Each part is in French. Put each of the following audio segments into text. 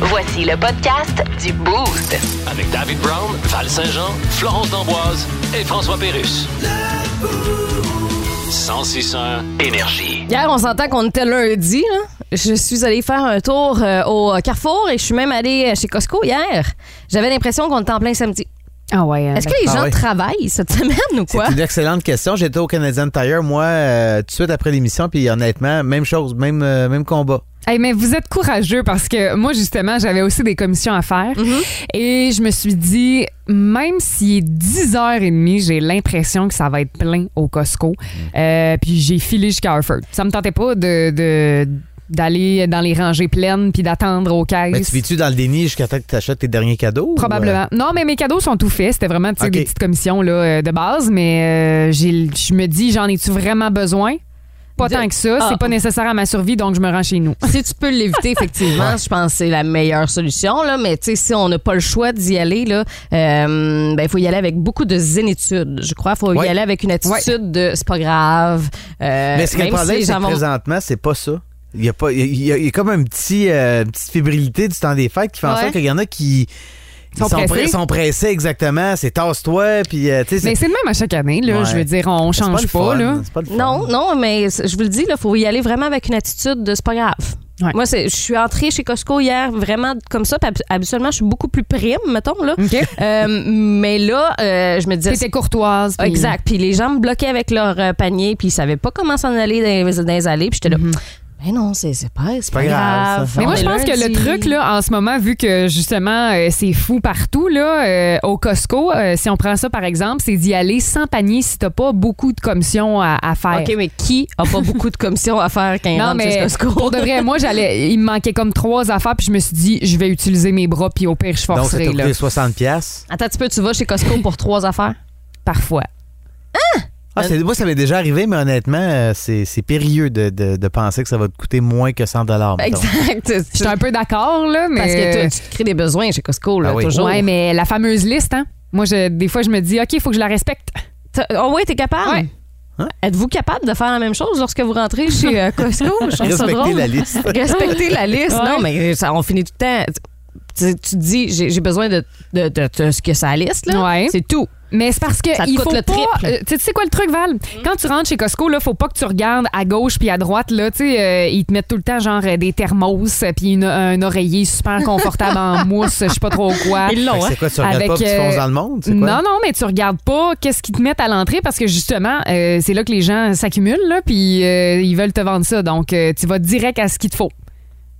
Voici le podcast du Boost. Avec David Brown, Val Saint-Jean, Florence D'Amboise et François Pérus. 1061 énergie. Hier, on s'entend qu'on était lundi. hein. Je suis allée faire un tour euh, au Carrefour et je suis même allée euh, chez Costco hier. J'avais l'impression qu'on était en plein samedi. Ah ouais. euh, Est-ce que les Ah gens ouais. travaillent cette semaine ou quoi? C'est une excellente question. J'étais au Canadian Tire, moi, euh, tout de suite après l'émission, puis honnêtement, même chose, même, euh, même combat. Hey, mais vous êtes courageux parce que moi, justement, j'avais aussi des commissions à faire. Et je me suis dit, même s'il est 10h30, j'ai l'impression que ça va être plein au Costco. Euh, puis j'ai filé jusqu'à Harford. Ça me tentait pas de. de- d'aller dans les rangées pleines puis d'attendre aux caisses. Mais Ben, tu vis-tu dans le déni jusqu'à temps que tu achètes tes derniers cadeaux? ou, euh? Probablement. Non, mais mes cadeaux sont tout faits. C'était vraiment tu sais, Ok. des petites commissions là, euh, de base, mais euh, j'ai- je me dis, j'en ai-tu vraiment besoin? Pas De- tant que ça. Ah. C'est pas nécessaire à ma survie, donc je me rends chez nous. Si tu peux l'éviter, effectivement, je pense que c'est la meilleure solution. Là. Mais tu sais, si on n'a pas le choix d'y aller, il ben, faut y aller avec beaucoup de zénitude, je crois. Il faut Ouais. y aller avec une attitude de c'est pas grave. euh, euh, Mais ce que même le problème, si les c'est gens que vont- présentement, c'est pas ça. Il y a pas, il y a, il y a comme un petit, euh, une petite fébrilité du temps des fêtes qui fait en Ouais. sorte qu'il y en a qui Sont prêts- pressés. sont pressés exactement. C'est tasse-toi, puis euh, tu sais, Mais c'est le même à chaque année, là. Ouais. Je veux dire, on c'est change le pas, fun, là. c'est pas le fun. Non, non, mais c- je vous le dis, il faut y aller vraiment avec une attitude de c'est pas grave. Ouais. Moi, c'est- je suis entrée chez Costco hier vraiment comme ça. puis hab- habituellement, je suis beaucoup plus prime, mettons. Là. OK? Euh, mais là, euh, je me disais. C'était courtoise. puis- Exact. Puis les gens me bloquaient avec leur euh, panier, puis ils savaient pas comment s'en aller dans, dans les allées. Puis j'étais là, mais non, c'est c'est pas, c'est pas pas grave, grave. ça. Mais moi, On je est pense que lundi. le truc, là, en ce moment, vu que justement, euh, c'est fou partout, là, euh, au Costco, euh, si on prend ça par exemple, c'est d'y aller sans panier si t'as pas beaucoup de commissions à, à faire. OK, mais qui a pas beaucoup de commissions à faire quand il Non, rentre chez mais Costco? pour de vrai, moi, j'allais, il me manquait comme trois affaires, puis je me suis dit, je vais utiliser mes bras, puis au pire, je Donc, ça t'a forcerai, là. coûté 60$. piastres. Attends, tu peux, tu vas chez Costco pour trois affaires? Parfois. Ben, Ah, c'est- moi, ça m'est déjà arrivé, mais honnêtement, euh, c'est c'est périlleux de, de- de penser que ça va te coûter moins que 100 mettons. Ben, Exact. Je suis un peu d'accord, là, mais. Parce que tu- tu te crées des besoins chez Costco, là, Ah oui. toujours. Ouais, mais la fameuse liste, hein. Moi, je, des fois, je me dis, OK, il faut que je la respecte. T'as- Oh oui, t'es capable? Ouais. Hein? Êtes-vous capable de faire la même chose lorsque vous rentrez chez euh, Costco? Je trouve ça Respecter drôle. la liste. Respecter la liste. Ouais. Non, mais euh, ça, on finit tout le temps. Tu, tu te dis, j'ai j'ai besoin de, de, de- de ce que ça liste, là. Ouais. C'est tout. Mais c'est parce que Ça te il coûte faut le pas. triple. Hum. euh, tu sais- tu sais quoi le truc Val Quand tu rentres chez Costco là, faut pas que tu regardes à gauche puis à droite là, tu sais euh, ils te mettent tout le temps genre euh, des thermos euh, puis une- un oreiller super confortable en mousse, je sais pas trop quoi. Ils Fait que l'ont, hein? C'est quoi, tu regardes Avec, pas puis tu euh, fonces dans le monde? C'est quoi? Non, non, mais tu regardes pas qu'est-ce qu'ils te mettent à l'entrée parce que justement, euh, c'est là que les gens s'accumulent, là, puis euh, ils veulent te vendre ça. Donc, euh, tu vas direct à ce qu'il te faut.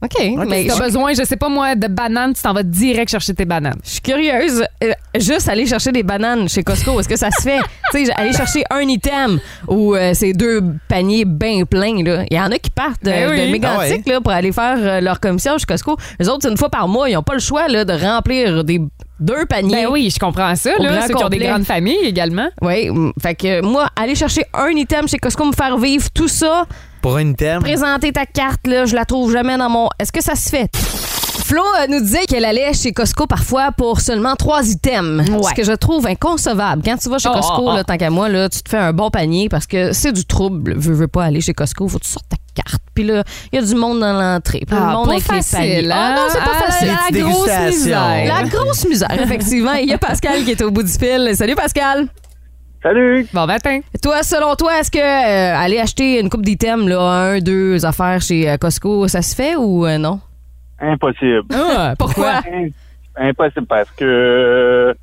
OK. Si mais t'as je, besoin, je sais pas moi, de bananes, tu t'en vas direct chercher tes bananes. je suis curieuse. Euh, juste aller chercher des bananes chez Costco, est-ce que ça se fait? tu sais, aller chercher un item ou euh, ces deux paniers bien pleins, là. Il y en a qui partent de, Eh oui. de Mégantic, là, pour aller faire euh, leur commission chez Costco. Les autres, une fois par mois, ils n'ont pas le choix, là, de remplir des deux paniers. Ben oui, je comprends ça, Au là, grand ceux qui ont des complet. grandes familles également. Oui, mm, fait que euh, moi, aller chercher un item chez Costco, me faire vivre tout ça, Pour un thème. présenter ta carte, là, je la trouve jamais dans mon. Est-ce que ça se fait? Flo euh, nous disait qu'elle allait chez Costco parfois pour seulement trois items. Ouais. Ce que je trouve inconcevable. Quand tu vas chez Oh, Costco, oh, oh. là, tant qu'à moi, là, tu te fais un bon panier parce que c'est du trouble. Veux, veux pas aller chez Costco, faut que tu sortes ta carte. Puis là, il y a du monde dans l'entrée. Puis le Ah, monde pas avec facile, les paniers. hein? Ah non, c'est pas Ah, facile. La, Petite grosse dégustation. La misère. grosse misère, effectivement. Et Il y a Pascal qui est au bout du fil. Salut Pascal. Salut! Bon matin. Toi, selon toi, est-ce que euh, aller acheter une coupe d'items, là, un, deux affaires chez euh, Costco, ça se fait ou euh, non? Impossible. Ah, Pourquoi? Im- Impossible parce que euh,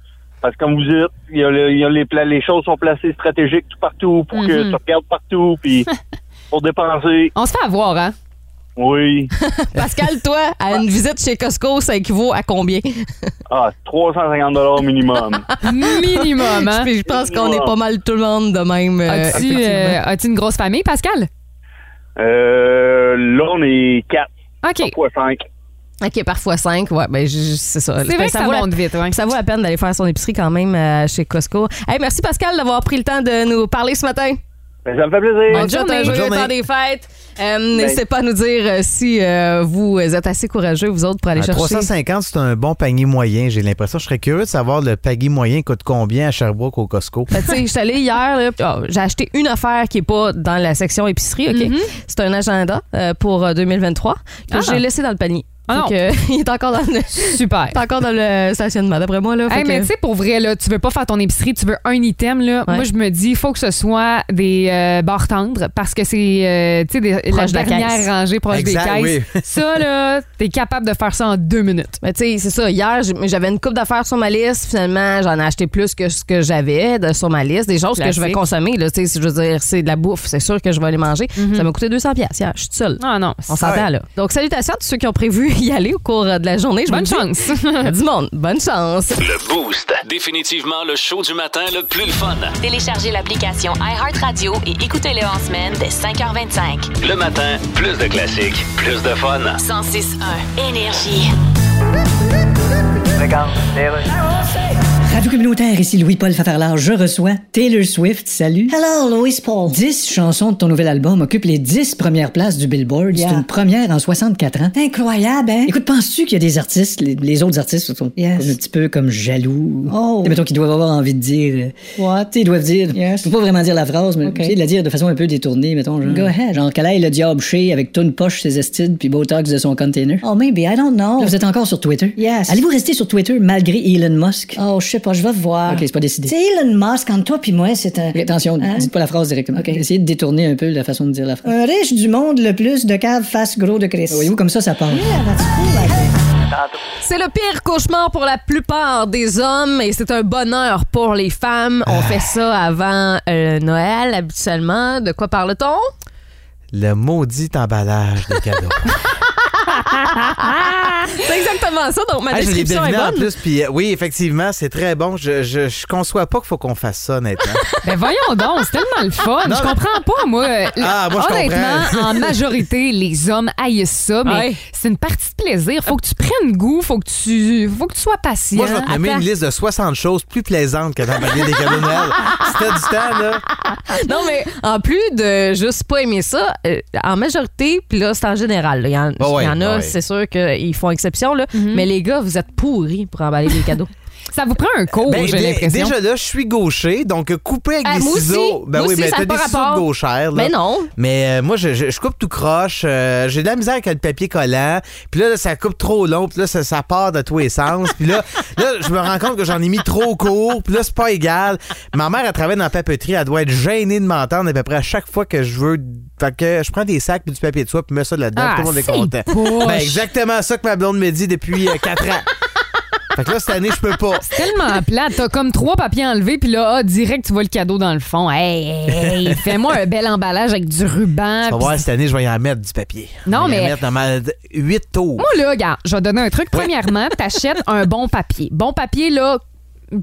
parce que comme vous dites, il y a le- il y a les, pla- les choses sont placées stratégiques tout partout pour que tu regardes partout puis pour dépenser. On se fait avoir, hein? Oui. Pascal, toi, à une visite chez Costco, ça équivaut à combien? Hein? Ah, 350 dollars minimum. Minimum, hein? Je pense qu'on est pas mal tout le monde de même. euh, As-tu effectivement. euh, as-tu une grosse famille, Pascal? Euh, là, on est 4, OK. fois 5. OK, parfois 5. Ouais, ben, je- je- c'est ça. C'est vrai que ça vaut la- monte vite, ouais. Ça vaut la peine d'aller faire son épicerie quand même euh, chez Costco. Hey, merci Pascal d'avoir pris le temps de nous parler ce matin. Ben, ça me fait plaisir. On te souhaite un journée. Ben. joyeux Bonne temps journée. des fêtes. Euh, N'hésitez pas à nous dire euh, si euh, vous êtes assez courageux, vous autres, pour aller À chercher. euh, 350, c'est un bon panier moyen, j'ai l'impression. Je serais curieux de savoir le panier moyen coûte combien à Sherbrooke au Costco. Fait que, tu sais, je suis allée hier, là, oh, j'ai acheté une affaire qui n'est pas dans la section épicerie. ok? C'est un agenda euh, pour euh, 2023 que Mm-hmm. Ah. j'ai laissé dans le panier. Ah Fait que, il est encore dans le, Super. il est encore dans le stationnement, d'après moi. Là, Fait Hey, mais que- tu sais, pour vrai, là, tu veux pas faire ton épicerie, tu veux un item. Là. Ouais. Moi, je me dis, il faut que ce soit des euh, barres tendres parce que c'est euh, tu sais, des- la Proche de la dernière caisse. rangée proche Exact, des caisses. Ça, là, t'es capable de faire ça en deux minutes. Mais tu sais, c'est ça. Hier, j'ai- j'avais une coupe d'affaires sur ma liste. Finalement, j'en ai acheté plus que ce que j'avais de- sur ma liste. Des choses que je vais Classique. consommer. Là, tu sais, si je veux dire, c'est de la bouffe. C'est sûr que je vais aller manger. Ça m'a coûté 200 pièces hier. Je suis toute seule. Mm-hmm. Ah non. On s'entend là. Donc, salutations à tous ceux qui ont prévu y aller au cours de la journée. Je Bonne vous le dis. chance. du monde. Bonne chance. Le Boost. Définitivement le show du matin le plus le fun. Téléchargez l'application iHeartRadio et écoutez-le en semaine dès 5h25. Le matin, plus de classiques, plus de fun. 106.1 Énergie. Radio communautaire, ici Louis-Paul Fafarlard. Je reçois Taylor Swift. Salut. Hello, Louis-Paul. 10 chansons de ton nouvel album occupent les 10 premières places du Billboard. C'est une première en 64 ans. Incroyable, hein? Écoute, penses-tu qu'il y a des artistes, les, les autres artistes sont un petit peu comme jaloux? Oh. Mettons qu'ils doivent avoir envie de dire. What? Ils doivent dire. Yes. Faut pas vraiment dire la phrase, mais essayer de la dire de façon un peu détournée, mettons. Genre, Go ahead. Genre, qu'elle aille le diable chez avec toute une poche, ses estides, puis Botox de son container. Oh, maybe, I don't know. vous êtes encore sur Twitter? Yes. Allez-vous rester sur Twitter malgré Elon Musk? Oh, je sais pas, je vais voir. OK, c'est pas décidé. C'est Elon Musk, entre toi puis moi, c'est un. attention, dites pas la phrase directement. Essayez de détourner un peu la façon de dire la phrase. Un riche du monde, le plus de cave face gros de Chris. Voyez-vous, comme ça, ça parle. C'est le pire cauchemar pour la plupart des hommes et c'est un bonheur pour les femmes. Ah. On fait ça avant euh, Noël, habituellement. De quoi parle-t-on? Le maudit emballage de cadeaux. C'est exactement ça. Donc, ma Ah, je l'ai description est deviné en bonne. plus. Puis, euh, oui, effectivement, c'est très bon. Je, je, je conçois pas qu'il faut qu'on fasse ça, honnêtement. Ben voyons donc, c'est tellement le fun. je comprends pas, moi. Ah, moi, je Honnêtement, comprends. en majorité, les hommes haïssent ça, mais Ouais. c'est une partie de plaisir. Faut que tu prennes goût, faut que tu, faut que tu sois patient. Moi, je vais te nommer Attends. une liste de 60 choses plus plaisantes que d'emballer des cadeaux de Noël. Si t'as du temps, là. Non, mais en plus de juste pas aimer ça, euh, en majorité, puis là, c'est en général. là. Il y en, Ah ouais, il y en a, ah ouais. Mhm. c'est sûr qu'ils font exception, là. mais les gars, vous êtes pourris pour emballer des cadeaux. Ça vous prend un cours, Ben, j'ai ben, l'impression. déjà là, je suis gaucher, donc euh, couper avec Ah, des moi aussi. ciseaux. Ben Moi oui, aussi, mais ça t'as a pas des ciseaux rapport. de gauchère. Là. Mais non. Mais euh, moi, je, je- je coupe tout croche. euh, J'ai de la misère avec le papier collant. Puis là, là, ça coupe trop long. Puis là, ça, ça part de tous les sens. Puis là, là, je me rends compte que j'en ai mis trop court. Puis là, c'est pas égal. Ma mère, elle travaille dans la papeterie. Elle doit être gênée de m'entendre à peu près à chaque fois que je veux. Fait que je prends des sacs puis du papier de soie puis mets ça là-dedans. Ah, tout le monde est c'est content. poche. Ben, exactement ça que ma blonde me dit depuis 4 ans. Fait que là, cette année, je peux pas. Tellement plat, t'as comme trois papiers enlevés, puis là, ah, direct, tu vois le cadeau dans le fond. Hey, hey, hey, fais-moi un bel emballage avec du ruban. Tu vas Ah, puis- voir, cette année, je vais y en mettre du papier. Non, Je vais y en mais- mettre dans ma 8 tours. Moi, là, regarde, je vais te donner un truc. Premièrement, t'achètes un bon papier. Bon papier, là,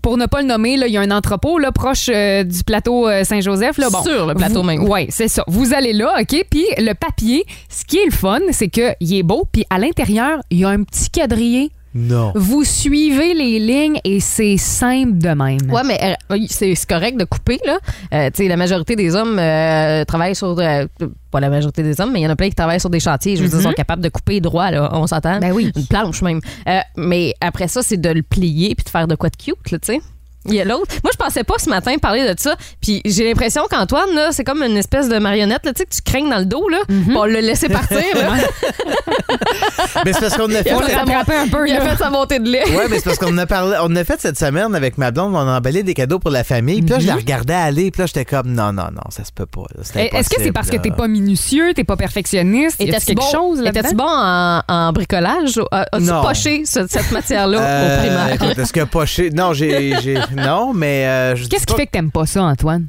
pour ne pas le nommer, là, il y a un entrepôt là, proche euh, du plateau euh, Saint-Joseph. Là, bon, Sur le plateau Vous- même. Ouais, c'est ça. Vous allez là, OK? Puis le papier, ce qui est le fun, c'est qu'il est beau. Puis à l'intérieur, il y a un petit quadrillé. Non. Vous suivez les lignes et c'est simple de même. Ouais, mais euh, c'est c'est correct de couper, là. Euh, tu sais, la majorité des hommes euh, travaillent sur. euh, pas la majorité des hommes, mais il y en a plein qui travaillent sur des chantiers. Je veux dire, ils sont capables de couper droit, là. On s'entend? Mm-hmm. Ben oui. Une planche, même. Euh, mais après ça, c'est de le plier puis de faire de quoi de cute, là, tu sais. Il y a l'autre. Moi, je pensais pas ce matin parler de ça. Puis j'ai l'impression qu'Antoine, là, c'est comme une espèce de marionnette, là, tu sais, que tu craignes dans le dos, là. Mm-hmm. Puis on l'a laissé partir, là. Mais c'est parce qu'on a fait. Faut le rattraper un peu. Il a là. fait sa montée de lait. Ouais, mais c'est parce qu'on en a parlé, on en a fait cette semaine avec ma blonde, on a emballé des cadeaux pour la famille. Puis là, Mhm. je la regardais aller, puis là, j'étais comme, non, non, non, ça se peut pas. là, c'est Eh, Est-ce que c'est impossible, parce que là. t'es pas minutieux, t'es pas perfectionniste? Y a-t-il Étais-tu quelque bon, chose là étais-tu bon en, en bricolage? As- As-tu Non. poché ce- cette matière-là Euh, au primaire? écoute, Est-ce que poché. Non, j'ai. j'ai- Non, mais. euh, je dis Qu'est-ce qui pas- fait que t'aimes pas ça, Antoine?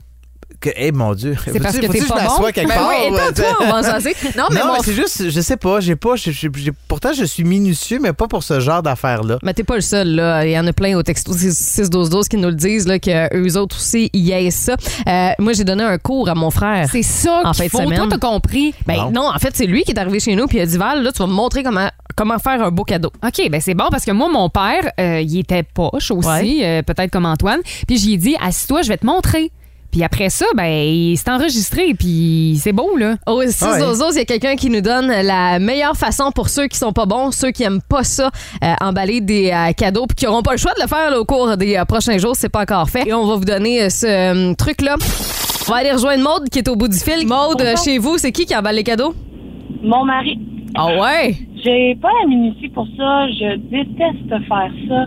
que, hey, mon Dieu. C'est parce Faut-tu- que t'es faut-tu pas je bon? m'assoie quelque Ben part, oui, euh, Étonne-toi, t'sais? on va en jaser. Non, mais non, mon mais c'est juste, je sais pas, j'ai pas, j'ai- j'ai- j'ai- pourtant je suis minutieux, mais pas pour ce genre d'affaires-là. Mais t'es pas le seul, là. Il y en a plein au texto 6-12-12 qui nous le disent, là, que eux autres aussi, ils aient ça. Euh, moi, j'ai donné un cours à mon frère. C'est ça En fin qu'il de faut. Toi, semaine. t'as compris. Ben non. en fait, c'est lui qui est arrivé chez nous, puis il a dit Val, là, tu vas me montrer comment, comment faire un beau cadeau. OK, ben c'est bon parce que moi, mon père, euh, il était poche aussi, Ouais. euh, peut-être comme Antoine. Puis j'y ai dit, assis-toi, je vais te montrer. Puis après ça, ben, c'est enregistré, puis c'est beau, là. Au 6 Ouais. il y a quelqu'un qui nous donne la meilleure façon pour ceux qui sont pas bons, ceux qui aiment pas ça, euh, emballer des euh, cadeaux, puis qui auront pas le choix de le faire là, au cours des euh, prochains jours, c'est pas encore fait. Et on va vous donner euh, ce euh, truc-là. On va aller rejoindre Maude qui est au bout du fil. Maude, euh, chez vous, c'est qui qui emballe les cadeaux? Mon mari, Ah ouais? j'ai pas la minutie pour ça. Je déteste faire ça.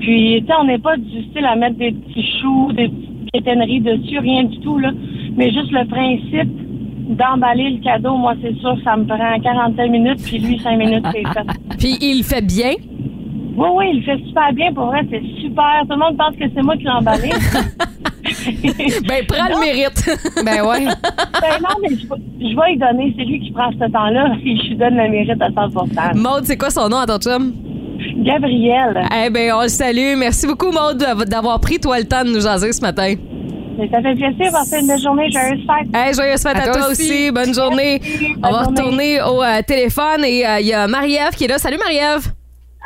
Puis, tu sais, on n'est pas du style à mettre des petits choux, des petites quétaineries dessus, rien du tout, là. Mais juste le principe d'emballer le cadeau, moi, c'est sûr, ça me prend 45 minutes, puis lui, 5 minutes, c'est fait. Puis il fait bien. Oui, Oh oui, il fait super bien. Pour vrai, c'est super. Tout le monde pense que c'est moi qui l'ai emballé. Ben, prends le mérite. Ben ouais. ben non, mais je, vais- je vais lui donner. C'est lui qui prend ce temps-là, et je lui donne le mérite à 100 Maude, c'est quoi son nom à ton chum? Gabriel, Eh ben, on le salue. Merci beaucoup, Maude, d'av- d'avoir pris toi le temps de nous jaser ce matin. ça fait plaisir. Passez une belle journée. Joyeuse fête. Hey, joyeuse fête à, À toi toi aussi. aussi. Bonne journée. Merci. On Bonne va journée. retourner au euh, téléphone et euh, il y a Marie-Ève qui est là. Salut Marie-Ève.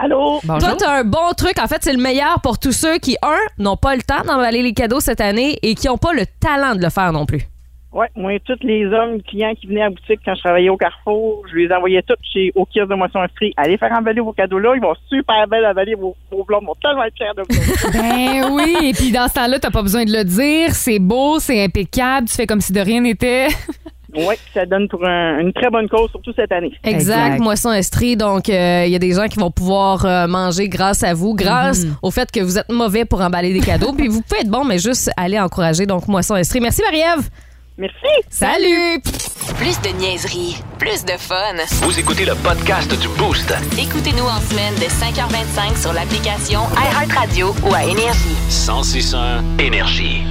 Allô? Bonjour. Toi, t'as un bon truc. En fait, c'est le meilleur pour tous ceux qui, un, n'ont pas le temps d'emballer les cadeaux cette année et qui n'ont pas le talent de le faire non plus. Oui, moi, tous les hommes clients qui venaient à la boutique quand je travaillais au Carrefour, je les envoyais tous chez au kiosque de moisson free. Allez faire emballer vos cadeaux-là, ils vont super bien avaler vos, vos blondes, ils vont tellement être fiers de vous. Ben oui. Et puis dans ce temps-là, t'as pas besoin de le dire. C'est beau, c'est impeccable. Tu fais comme si de rien n'était. oui, ça donne pour un- une très bonne cause, surtout cette année. Exact, Exact. moisson estrie. Donc, euh, il y a des gens qui vont pouvoir euh, manger grâce à vous, grâce Mm-hmm. au fait que vous êtes mauvais pour emballer des cadeaux. Puis vous pouvez être bon, mais juste aller encourager. Donc, moisson estrie. Merci Marie-Ève. Merci! Salut. Plus de niaiserie, plus de fun. Vous écoutez le podcast du Boost. Écoutez-nous en semaine de 5h25 sur l'application iHeartRadio ou à Énergie. 1061 Énergie.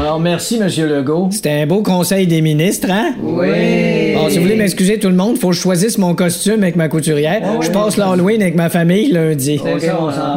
Alors, merci, Monsieur Legault. C'était un beau conseil des ministres, hein? Oui. Bon, si vous voulez m'excuser tout le monde, faut que je choisisse mon costume avec ma couturière. je passe l'Halloween avec ma famille lundi.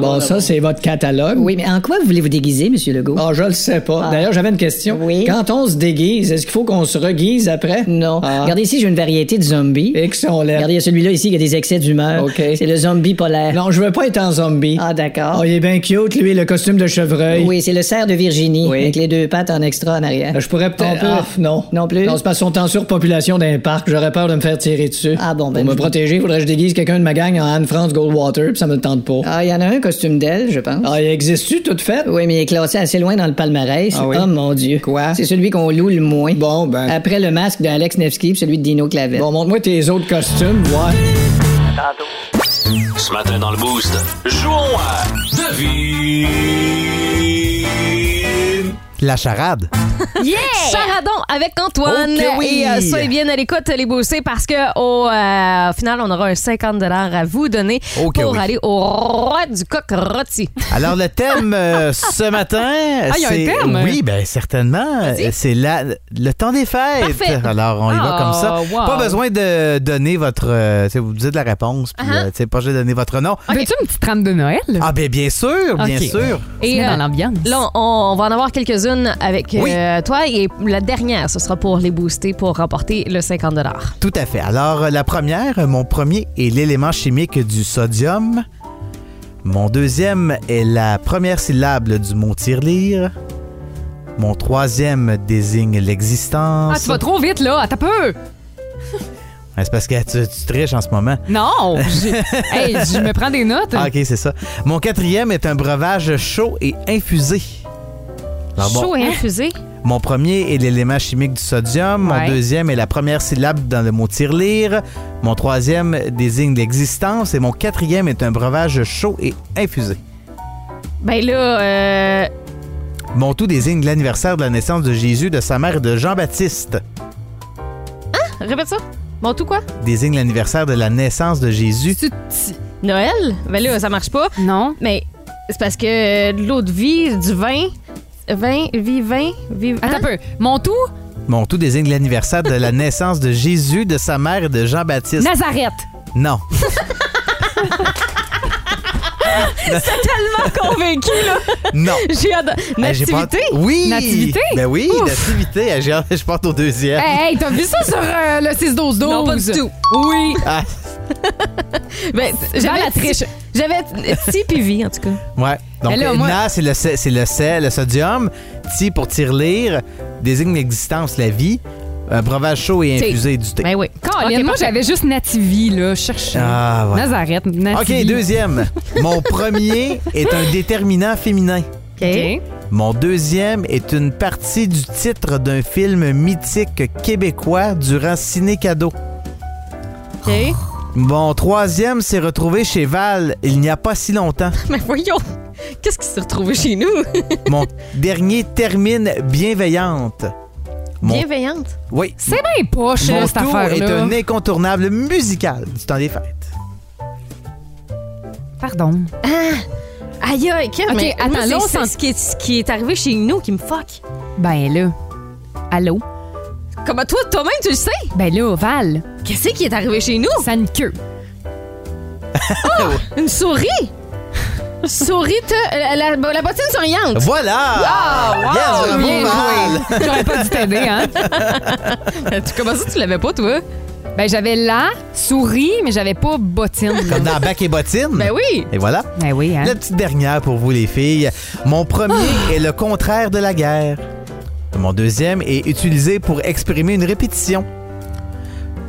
Bon, ça, c'est votre catalogue. Oui, mais en quoi voulez-vous déguiser, Monsieur Legault? Ah, je le sais pas. D'ailleurs, j'avais une question. Oui. Quand on se déguise, est-ce qu'il faut qu'on se reguise après? Non. Ah. Regardez ici, j'ai une variété de zombies. Et que sont là. Regardez, il y a celui-là ici qui a des excès d'humeur. OK. C'est le zombie polaire. Non, je veux pas être en zombie. Ah, d'accord. Oh, il est bien cute, lui, le costume de chevreuil. Oui, c'est le cerf de Virginie, Oui. avec les deux pattes en extra en arrière. Euh, Je pourrais peut-être. Non Ah, plus. non. Non plus. Non, c'est parce qu'on est en surpopulation d'un parc. J'aurais peur de me faire tirer dessus. Ah, bon, ben, Pour me je- protéger, faudrait que je déguise quelqu'un de ma gang en Anne-France Goldwater, puis ça me le tente pas. Ah, il y en a un costume d'elle, je pense. Ah, il existe-tu, toute faite? Oui, mais il est classé assez loin dans le palmarès. Ah oui? Oh mon Dieu. Quoi? C'est celui qu'on loue le moins. Bon, ben. Après le masque d'Alex Nevsky et celui de Dino Clavel. Bon, montre-moi tes autres costumes, voir. Ce matin dans le Boost, jouons à Devine. La charade. Charadon avec Antoine. Ok, oui. Et euh, soyez bien à l'écoute, les bossés, parce que au euh, final, on aura un 50 à vous donner Ok, pour oui. aller au roi du coq rôti. Alors, le thème euh, ce matin, Ah, il y a un c'est. thème? Oui, bien certainement. Euh, C'est la, le temps des fêtes. Parfait. Alors, on y va Ah, comme ça. wow. Pas besoin de donner votre. euh, tu sais, vous dites la réponse, puis Uh-huh. euh, tu sais, pas besoin de donner votre nom. Veux-tu une petite trame de Noël? Ah, bien, bien sûr, bien Ok. sûr. Et Et euh, dans l'ambiance. là, on, on va en avoir quelques-unes avec Oui. euh, toi. Et la dernière, ce sera pour les booster pour remporter le 50 Tout à fait. Alors, euh, la première, euh, mon premier est l'élément chimique du sodium. Mon deuxième est la première syllabe du mot tirelire. Mon troisième désigne l'existence. Ah, tu vas trop vite, là. Attends un peu. Ouais, C'est parce que tu, tu triches en ce moment. Non. j'ai- hey, je me prends des notes. Ah, ok, c'est ça. Mon quatrième est un breuvage chaud et infusé. Alors, bon, Chaud et infusé. Mon premier est l'élément chimique du sodium. Ouais. Mon deuxième est la première syllabe dans le mot tirelire. Mon troisième désigne l'existence. Et mon quatrième est un breuvage chaud et infusé. Ben là, euh, Mon tout désigne l'anniversaire de la naissance de Jésus, de sa mère et de Jean-Baptiste. répète ça. Bon, tout quoi? Désigne l'anniversaire de la naissance de Jésus. Tu- tu- Noël? Ben là, ça marche pas. Non. Mais C'est parce que euh, de l'eau de vie, du vin, vin, vie, vin, vie. hein? Attends un peu. Mon tout? Mon tout désigne l'anniversaire de la naissance de Jésus, de sa mère et de Jean-Baptiste. Nazareth. Non. C'est tellement convaincu, là. Non. J'ai adoré. Eh, j'ai pas- Nativité? Oui. Nativité? Ben oui, Ouf. Eh. nativité. Eh, j'ai- Je porte au deuxième. Hey, hey, t'as vu ça sur euh, le 6-12-12? Non, pas du tout. Oui. Ah, Ben, j'avais la triche. J'avais si puis vie, en tout cas. ouais. Donc, Mais là, euh, moi- Na, c'est le, sé- c'est le, sé- le sodium. Ti pour tirelire désigne l'existence, la vie. Euh, breuvage chaud et Thé. infusé du thé. Ben oui. Ok, Colin, Oh, moi, parfait. j'avais juste Nativi, là. Je cherchais. Ah, ouais. Nazareth, Nativi. OK, deuxième. Mon premier est un déterminant féminin. OK. Mon deuxième est une partie du titre d'un film mythique québécois durant Ciné Cadeau. OK. Mon troisième s'est retrouvé chez Val il n'y a pas si longtemps. Mais voyons. Qu'est-ce qui s'est retrouvé chez nous? Mon dernier termine bienveillante. Mon, Bienveillante. oui, C'est bien poche, mon là, cette tour est affaire-là. un incontournable musical du temps des fêtes. Pardon. Aïe, aïe, quel- Ok, mais attends, moi, là, c'est- on c'est s'en- ce qui, est, ce qui est arrivé chez nous qui me fuck. Ben là. Allô? Comme toi, toi-même, tu le sais. Ben là, Val, Qu'est-ce qui est arrivé chez nous? ça a une queue. Une souris. souris, te- euh, la, la, bottine souriante. Ah Voilà! Ah, wow, Yes, bravo, bien Val! J'aurais pas dû t'aider, hein? Tu- Comment ça, tu l'avais pas, toi? Ben j'avais la souris, mais j'avais pas bottine. Comme dans Bac et Bottine. Ben oui. Et voilà. Ben oui, hein? Ah! La petite dernière pour vous, les filles. Mon premier est le contraire de la guerre. Mon deuxième est utilisé pour exprimer une répétition.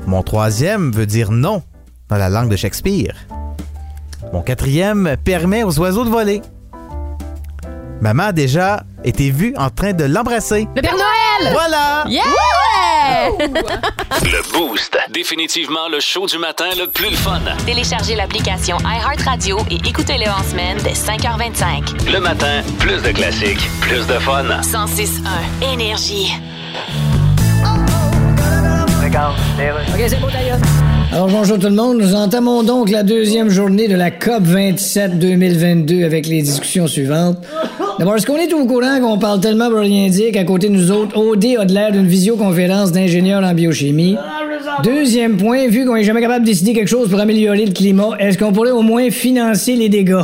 Mon troisième veut dire non dans la langue de Shakespeare. Mon quatrième permet aux oiseaux de voler. Maman a déjà été vue en train de l'embrasser. Le Père Noël! Voilà! Yeah! Le Boost. Définitivement le show du matin le plus le fun. Téléchargez l'application iHeartRadio et écoutez-le en semaine dès 5h25. Le matin, plus de classiques, plus de fun. 106.1 Énergie. Alors bonjour tout le monde, nous entamons donc la deuxième journée de la COP 27 2022 avec les discussions suivantes. D'abord, est-ce qu'on est au courant qu'on parle tellement pour rien dire qu'à côté de nous autres, OD a de l'air d'une visioconférence d'ingénieurs en biochimie? Deuxième point, vu qu'on est jamais capable de décider quelque chose pour améliorer le climat, est-ce qu'on pourrait au moins financer les dégâts?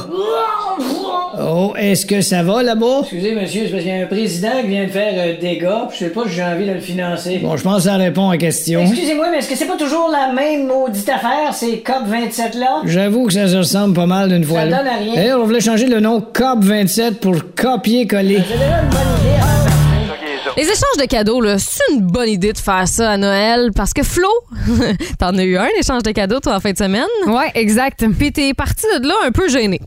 Oh, est-ce que ça va là-bas? Excusez, monsieur, c'est parce qu'il y a un président qui vient de faire euh, des gars, puis je sais pas si j'ai envie de le financer. Bon, je pense que ça répond à la question. Excusez-moi, mais est-ce que c'est pas toujours la même maudite affaire, ces COP27 là? J'avoue que ça se ressemble pas mal d'une fois. Ça donne à rien. D'ailleurs, on voulait changer le nom COP27 pour copier-coller. Les échanges de cadeaux, là, c'est une bonne idée de faire ça à Noël parce que Flo, t'en as eu un échange de cadeaux, toi, en fin de semaine. Ouais, exact. Puis t'es parti de là un peu gêné.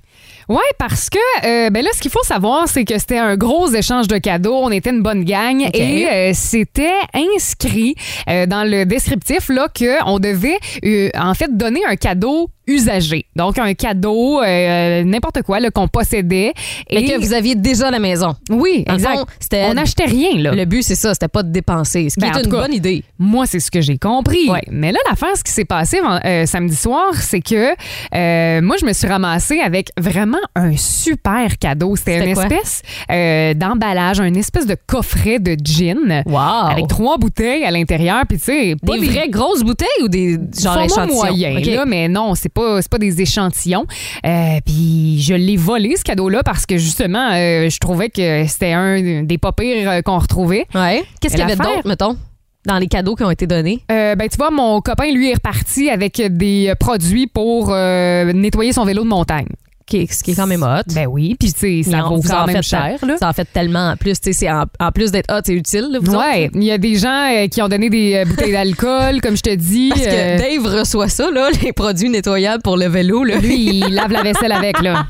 Ouais, parce que euh, ben là, ce qu'il faut savoir, c'est que c'était un gros échange de cadeaux. On était une bonne gang et euh, c'était inscrit euh, dans le descriptif là que on devait euh, en fait donner un cadeau usagé, donc un cadeau euh, n'importe quoi là, qu'on possédait Et que vous aviez déjà la maison. oui, Dans le exact. fond, c'était- on n'achetait rien là. euh, Le but, c'est ça, c'était pas de dépenser, ce qui Ben, en est une tout cas, bonne idée. Moi, c'est ce que j'ai compris. Ouais. Mais là, l'affaire, ce qui s'est passé euh, samedi soir, c'est que euh, moi, je me suis ramassée avec vraiment un super cadeau. C'était C'était une quoi? espèce euh, d'emballage, un espèce de coffret de gin Wow! avec trois bouteilles à l'intérieur. Puis, tu sais, pas des, vraies grosses bouteilles ou des genre format échantillons? moyen, Ok. là, mais non, c'est pas, c'est pas des échantillons. Euh, puis je l'ai volé, ce cadeau-là, parce que justement, euh, je trouvais que c'était un des pas pires euh, qu'on retrouvait. Ouais. Qu'est-ce qu'il y Mais avait l'affaire- d'autre, mettons, dans les cadeaux qui ont été donnés? Euh, ben, tu vois, mon copain, lui, est reparti avec des euh, produits pour euh, nettoyer son vélo de montagne. Qui- ce qui est quand même hot. Ben oui, puis tu sais, ça Mais on- vaut vous en quand même faites cher, tant- là. Ça en fait tellement en plus. tu sais, c'est en, en plus d'être hot, c'est utile, là, vous autres. Ouais, il y a des gens euh, qui ont donné des euh, bouteilles d'alcool, comme je te dis. Parce euh, que Dave reçoit ça, là, les produits nettoyables pour le vélo. Là. lui, il lave la vaisselle avec, là.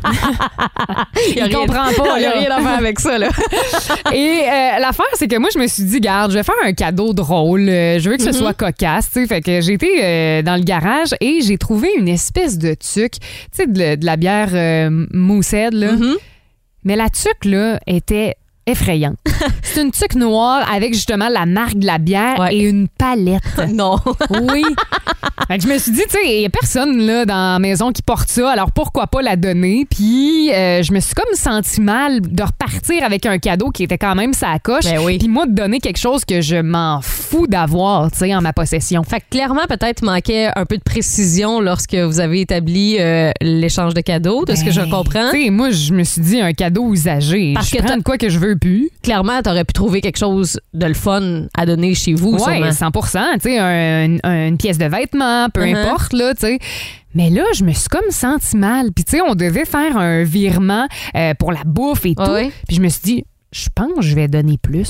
il, il comprend pas, Il a là. rien à faire avec ça. Là. Et euh, l'affaire, c'est que moi, je me suis dit, garde, je vais faire un cadeau drôle. Euh, Je veux que ce soit cocasse, tu sais. Fait que j'ai été euh, dans le garage et j'ai trouvé une espèce de tuque, tu sais, de, la- de la bière euh, moussette, là. Mais la tuque, là, était effrayante. c'est une tuque noire avec justement la marque de la bière Ouais. et une palette. non. Oui. Fait que je me suis dit, tu sais, il n'y a personne là, dans la maison qui porte ça, alors pourquoi pas la donner? Puis euh, je me suis comme senti mal de repartir avec un cadeau qui était quand même sa coche. Ben Puis moi, de donner quelque chose que je m'en fous d'avoir, tu sais, en ma possession. Fait que clairement, peut-être manquait un peu de précision lorsque vous avez établi euh, l'échange de cadeaux, de ce que je comprends. Tu sais, moi, je me suis dit un cadeau usagé. Parce je que prends t'as- de quoi que je veux plus. Clairement, t'aurais pu trouver quelque chose de le fun à donner chez vous, Ouais, 100 tu sais, un- un- une pièce de vêtement, peu Mhm. importe, là, tu sais. Mais là, je me suis comme senti mal. Puis, tu sais, on devait faire un virement euh, pour la bouffe et tout. Puis, je me suis dit, je pense que je vais donner plus.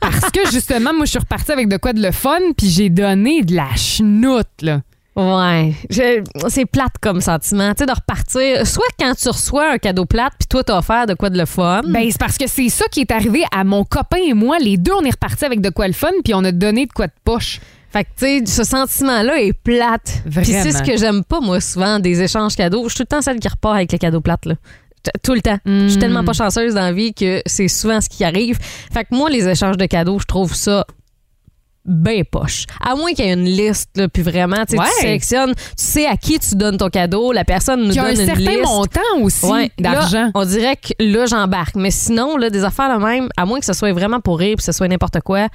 Parce que, justement, moi, je suis repartie avec de quoi de le fun, puis j'ai donné de la chenoute, là. Ouais, Je- c'est plate comme sentiment, tu sais, de repartir. Soit quand tu reçois un cadeau plate, puis toi t'as offert de quoi de le fun. Ben, c'est parce que c'est ça qui est arrivé à mon copain et moi. Les deux, on est repartis avec de quoi le fun, puis on a donné de quoi de poche. Fait que, tu sais, ce sentiment-là est plate. Puis Vraiment. c'est ce que j'aime pas, moi, souvent, des échanges cadeaux. Je suis tout le temps celle qui repart avec les cadeaux plates, là. T- Tout le temps. Je suis Hmm. tellement pas chanceuse dans la vie que c'est souvent ce qui arrive. Fait que moi, les échanges de cadeaux, je trouve ça ben poche. À moins qu'il y ait une liste, là, puis vraiment, tu sais, Ouais. tu sélectionnes, tu sais à qui tu donnes ton cadeau, la personne nous Qui a donne un une certain liste. montant aussi Ouais. Là, d'argent. on dirait que là, j'embarque. Mais sinon, là, des affaires de même, à moins que ce soit vraiment pour rire, puis que ce soit n'importe quoi,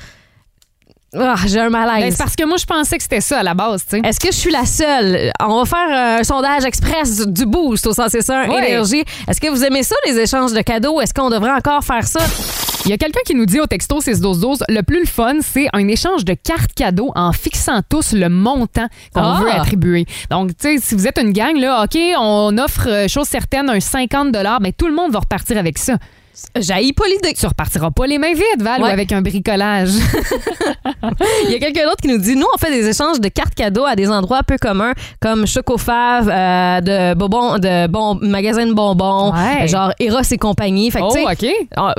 ah, j'ai un malaise. Ben, c'est parce que moi, je pensais que c'était ça à la base, tu sais. Est-ce que je suis la seule? On va faire euh, un sondage express du boost au sens Ouais. énergie. Est-ce que vous aimez ça, les échanges de cadeaux? Est-ce qu'on devrait encore faire ça? Il y a quelqu'un qui nous dit au texto 61212, le plus le fun, c'est un échange de cartes cadeaux en fixant tous le montant qu'on Ah! veut attribuer. Donc, tu sais, si vous êtes une gang, là, OK, on offre, euh, chose certaine, un 50 ben, tout le monde va repartir avec ça. J'haïs pas l'idée. Tu repartiras pas les mains vides, Val, Ouais. ou avec un bricolage. Il y a quelqu'un d'autre qui nous dit, nous, on fait des échanges de cartes cadeaux à des endroits peu communs, comme Chocofave, euh, de bonbons, de bon, magasin de bonbons, Ouais. euh, genre Eros et compagnie. Fait que, Oh, tu sais, OK. on,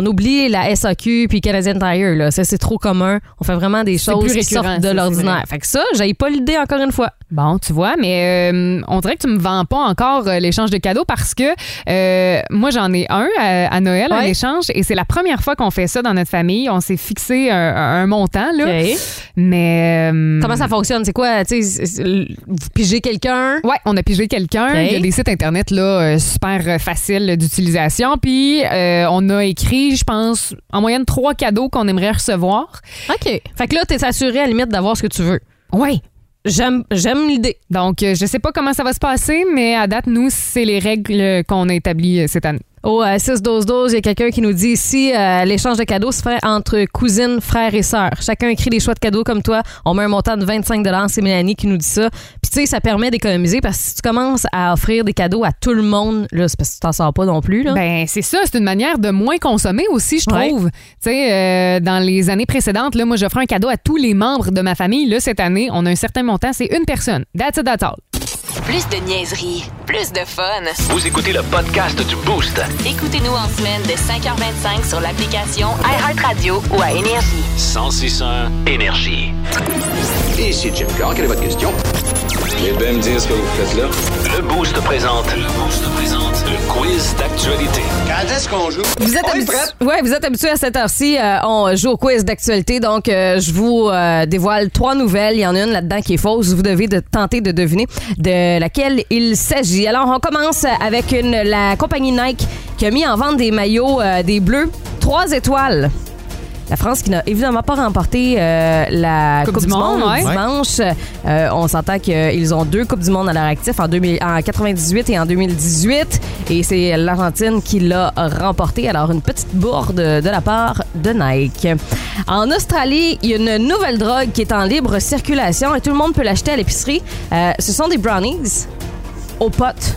on oublie la SAQ puis Canadian Tire, là. Ça, c'est trop commun. On fait vraiment des C'est choses plus qui récurrent, sortent ça, de c'est l'ordinaire. vrai. Fait que ça, j'haïs pas l'idée encore une fois. Bon, tu vois, mais euh, on dirait que tu me vends pas encore euh, l'échange de cadeaux parce que euh, moi, j'en ai un euh, à, à Noël, un Ouais. échange, et c'est la première fois qu'on fait ça dans notre famille. On s'est fixé un, un montant, là. Ok. Mais. euh, Comment ça fonctionne? C'est quoi? Tu sais, c'est- c'est- vous pigez quelqu'un? Ouais, on a pigé quelqu'un. Ok. Il y a des sites internet là euh, super euh, faciles d'utilisation. Puis euh, on a écrit, je pense, en moyenne trois cadeaux qu'on aimerait recevoir. OK. Fait que là, t'es assuré à la limite d'avoir ce que tu veux. Ouais. J'aime, j'aime l'idée. Donc euh, je sais pas comment ça va se passer, mais à date nous c'est les règles qu'on a établies euh, cette année. Au euh, 6-12-12, il y a quelqu'un qui nous dit ici euh, l'échange de cadeaux se fait entre cousines, frères et sœurs. Chacun écrit des choix de cadeaux comme toi. On met un montant de 25 C'est Mélanie qui nous dit ça. Puis tu sais, ça permet d'économiser parce que si tu commences à offrir des cadeaux à tout le monde, là, c'est parce que tu t'en sors pas non plus. Là. Ben c'est ça, c'est une manière de moins consommer aussi, je Ah. Ouais. trouve. Tu sais, euh, dans les années précédentes, là, moi j'offrais un cadeau à tous les membres de ma famille. Là cette année, on a un certain montant, c'est une personne. That's it, that's all. Plus de niaiserie, plus de fun. Vous écoutez le podcast du Boost. Écoutez-nous en semaine de 5h25 sur l'application iHeartRadio ou à Énergie. 1061 Énergie. Ici Jim Carr, quelle est votre question? Vous voulez bien me dire ce que vous faites là? Le Boost présente. Le Boost présente. Le quiz d'actualité. Quand est-ce qu'on joue? Vous êtes, habitu- ouais, vous êtes habitués à cette heure-ci. euh, on joue au quiz d'actualité. Donc, euh, je vous euh, dévoile trois nouvelles. Il y en a une là-dedans qui est fausse. Vous devez de, tenter de deviner de laquelle il s'agit. Alors, on commence avec une, la compagnie Nike qui a mis en vente des maillots euh, des bleus. Trois étoiles. La France qui n'a évidemment pas remporté euh, la Coupe, du, Monde, ouais. dimanche. Euh, on s'entend qu'ils ont deux Coupes du Monde à leur actif en, 2000 en 98 et en 2018. Et c'est l'Argentine qui l'a remporté. Alors, une petite bourde de la part de Nike. En Australie, il y a une nouvelle drogue qui est en libre circulation et tout le monde peut l'acheter à l'épicerie. Euh, ce sont des brownies aux potes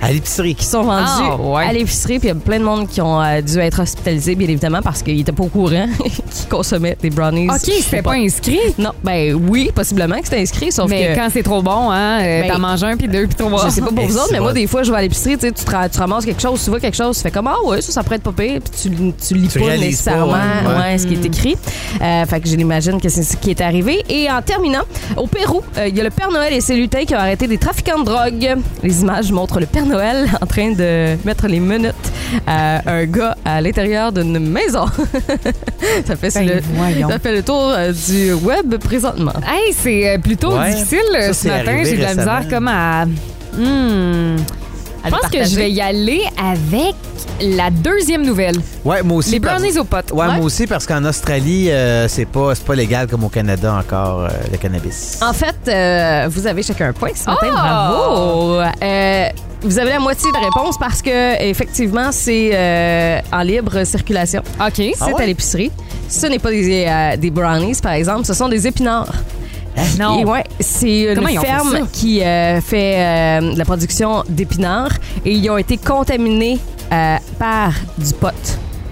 À l'épicerie. qui sont vendus Ah, ouais. à l'épicerie. Puis il y a plein de monde qui ont euh, dû être hospitalisés, bien évidemment, parce qu'ils n'étaient pas au courant qu'ils consommaient des brownies. Ok, c'était pas inscrit. Non, ben oui, possiblement que c'était inscrit, sauf mais que. quand c'est trop bon, hein, euh, Ben, t'en manges un, puis deux, puis trois. Je sais pas pour Mais vous autres, Eh, c'est mais bon. moi, des fois, je vais à l'épicerie, tu sais, tu te ra- tu ramasses quelque chose, tu vois quelque chose, tu fais comme Ah ouais, ça, ça pourrait être pas pire, puis tu, tu lis Tu pas réalises pas, nécessairement ouais. ouais, ce qui est écrit. Euh, fait que je l'imagine que c'est ce qui est arrivé. Et en terminant, au Pérou, euh, il y a le Père Noël et ses lutins qui ont arrêté des trafiquants de drogue. Les images montrent le Père Noël Noël en train de mettre les minutes à un gars à l'intérieur d'une maison. ça, fait Ben, le, voyons. ça fait le tour euh, du web présentement. Hey, c'est euh, plutôt Ouais. difficile euh, Ça, ce c'est matin. arrivé J'ai de la récemment. misère comme à. Hmm. À Je pense le que je partager. vais y aller avec la deuxième nouvelle. Ouais, moi aussi. Les parce- brownies aux potes. Ouais, moi aussi, parce qu'en Australie, euh, c'est pas, c'est pas légal comme au Canada encore, euh, le cannabis. En fait, euh, vous avez chacun un point ce matin. Oh! Bravo! Euh, vous avez la moitié de réponse parce que effectivement, c'est euh, en libre circulation. OK. C'est Ah ouais? à l'épicerie. Ce n'est pas des, euh, des brownies, par exemple, ce sont des épinards. non. Et ouais, c'est Oh. Comment une ils ont fait ça? ferme qui euh, fait euh, de la production d'épinards et ils ont été contaminés euh, par du pot.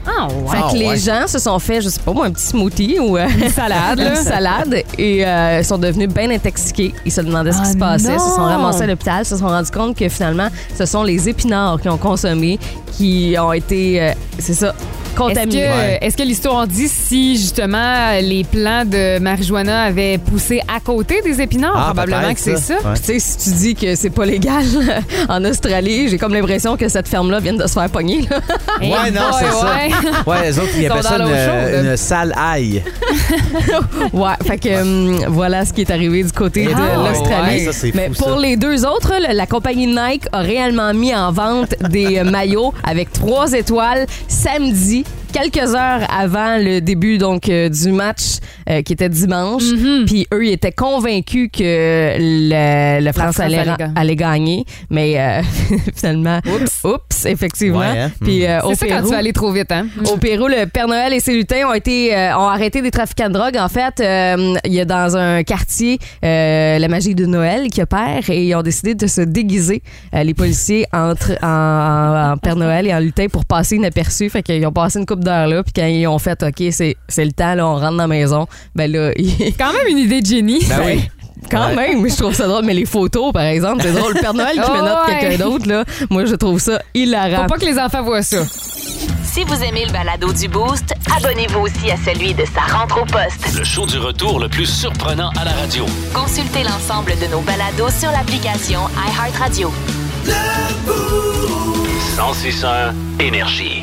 Ah, Fait que les gens se sont fait, je sais pas moi, un petit smoothie ou euh, Une salade, là. une salade et euh, ils sont devenus bien intoxiqués. Ils se demandaient ce qui Ah se passait, se sont non! ramassés à l'hôpital, se sont rendus compte que finalement, ce sont les épinards qu'ils ont consommés qui ont été, euh, c'est ça, Est-ce contaminés. que, est-ce que l'histoire dit si justement les plants de marijuana avaient poussé à côté des épinards? Ah, Probablement peut-être, que c'est ça. Puis Tu sais, si tu dis que c'est pas légal en Australie, j'ai comme l'impression que cette ferme-là vient de se faire pogner. là. Eh, Ouais, non, oh, c'est ça. Ouais, les autres, ils Ils sont appellent ça dans l'eau chaude. euh, une, une sale aille. ouais, fait que hum, voilà ce qui est arrivé du côté Eh de ben, l'Australie. ouais, ça, c'est Mais fou, pour ça. les deux autres, le- la compagnie Nike a réellement mis en vente des euh, maillots avec trois étoiles samedi. Quelques heures avant le début donc euh, du match euh, qui était dimanche, Mm-hmm. puis eux ils étaient convaincus que le, le France, France allait, allait ra- gagner. allait gagner, mais euh, finalement, oups, effectivement. Ouais, hein? Mm. Puis euh, au C'est ça quand Pérou- tu vas aller trop vite, hein? au Pérou, le Père Noël et ses lutins ont été euh, ont arrêté des trafiquants de drogue. En fait, euh, il y a dans un quartier euh, la magie de Noël qui opère et ils ont décidé de se déguiser euh, les policiers entre en, en- en Père Noël et en lutin pour passer inaperçu. Fait qu'ils ont passé une coupe d'heure là, puis quand ils ont fait OK, c'est c'est le temps là, on rentre dans la maison. Ben là, ils- Quand même une idée de génie. Ben oui. Quand même, je trouve ça drôle, mais les photos, par exemple, c'est drôle. Le Père Noël qui Oh menote ouais. quelqu'un d'autre, là, moi, je trouve ça hilarant. Faut pas que les enfants voient ça. Si vous aimez le balado du Boost, abonnez-vous aussi à celui de sa rentre au poste. Le show du retour le plus surprenant à la radio. Consultez l'ensemble de nos balados sur l'application iHeartRadio. 1061 Énergie.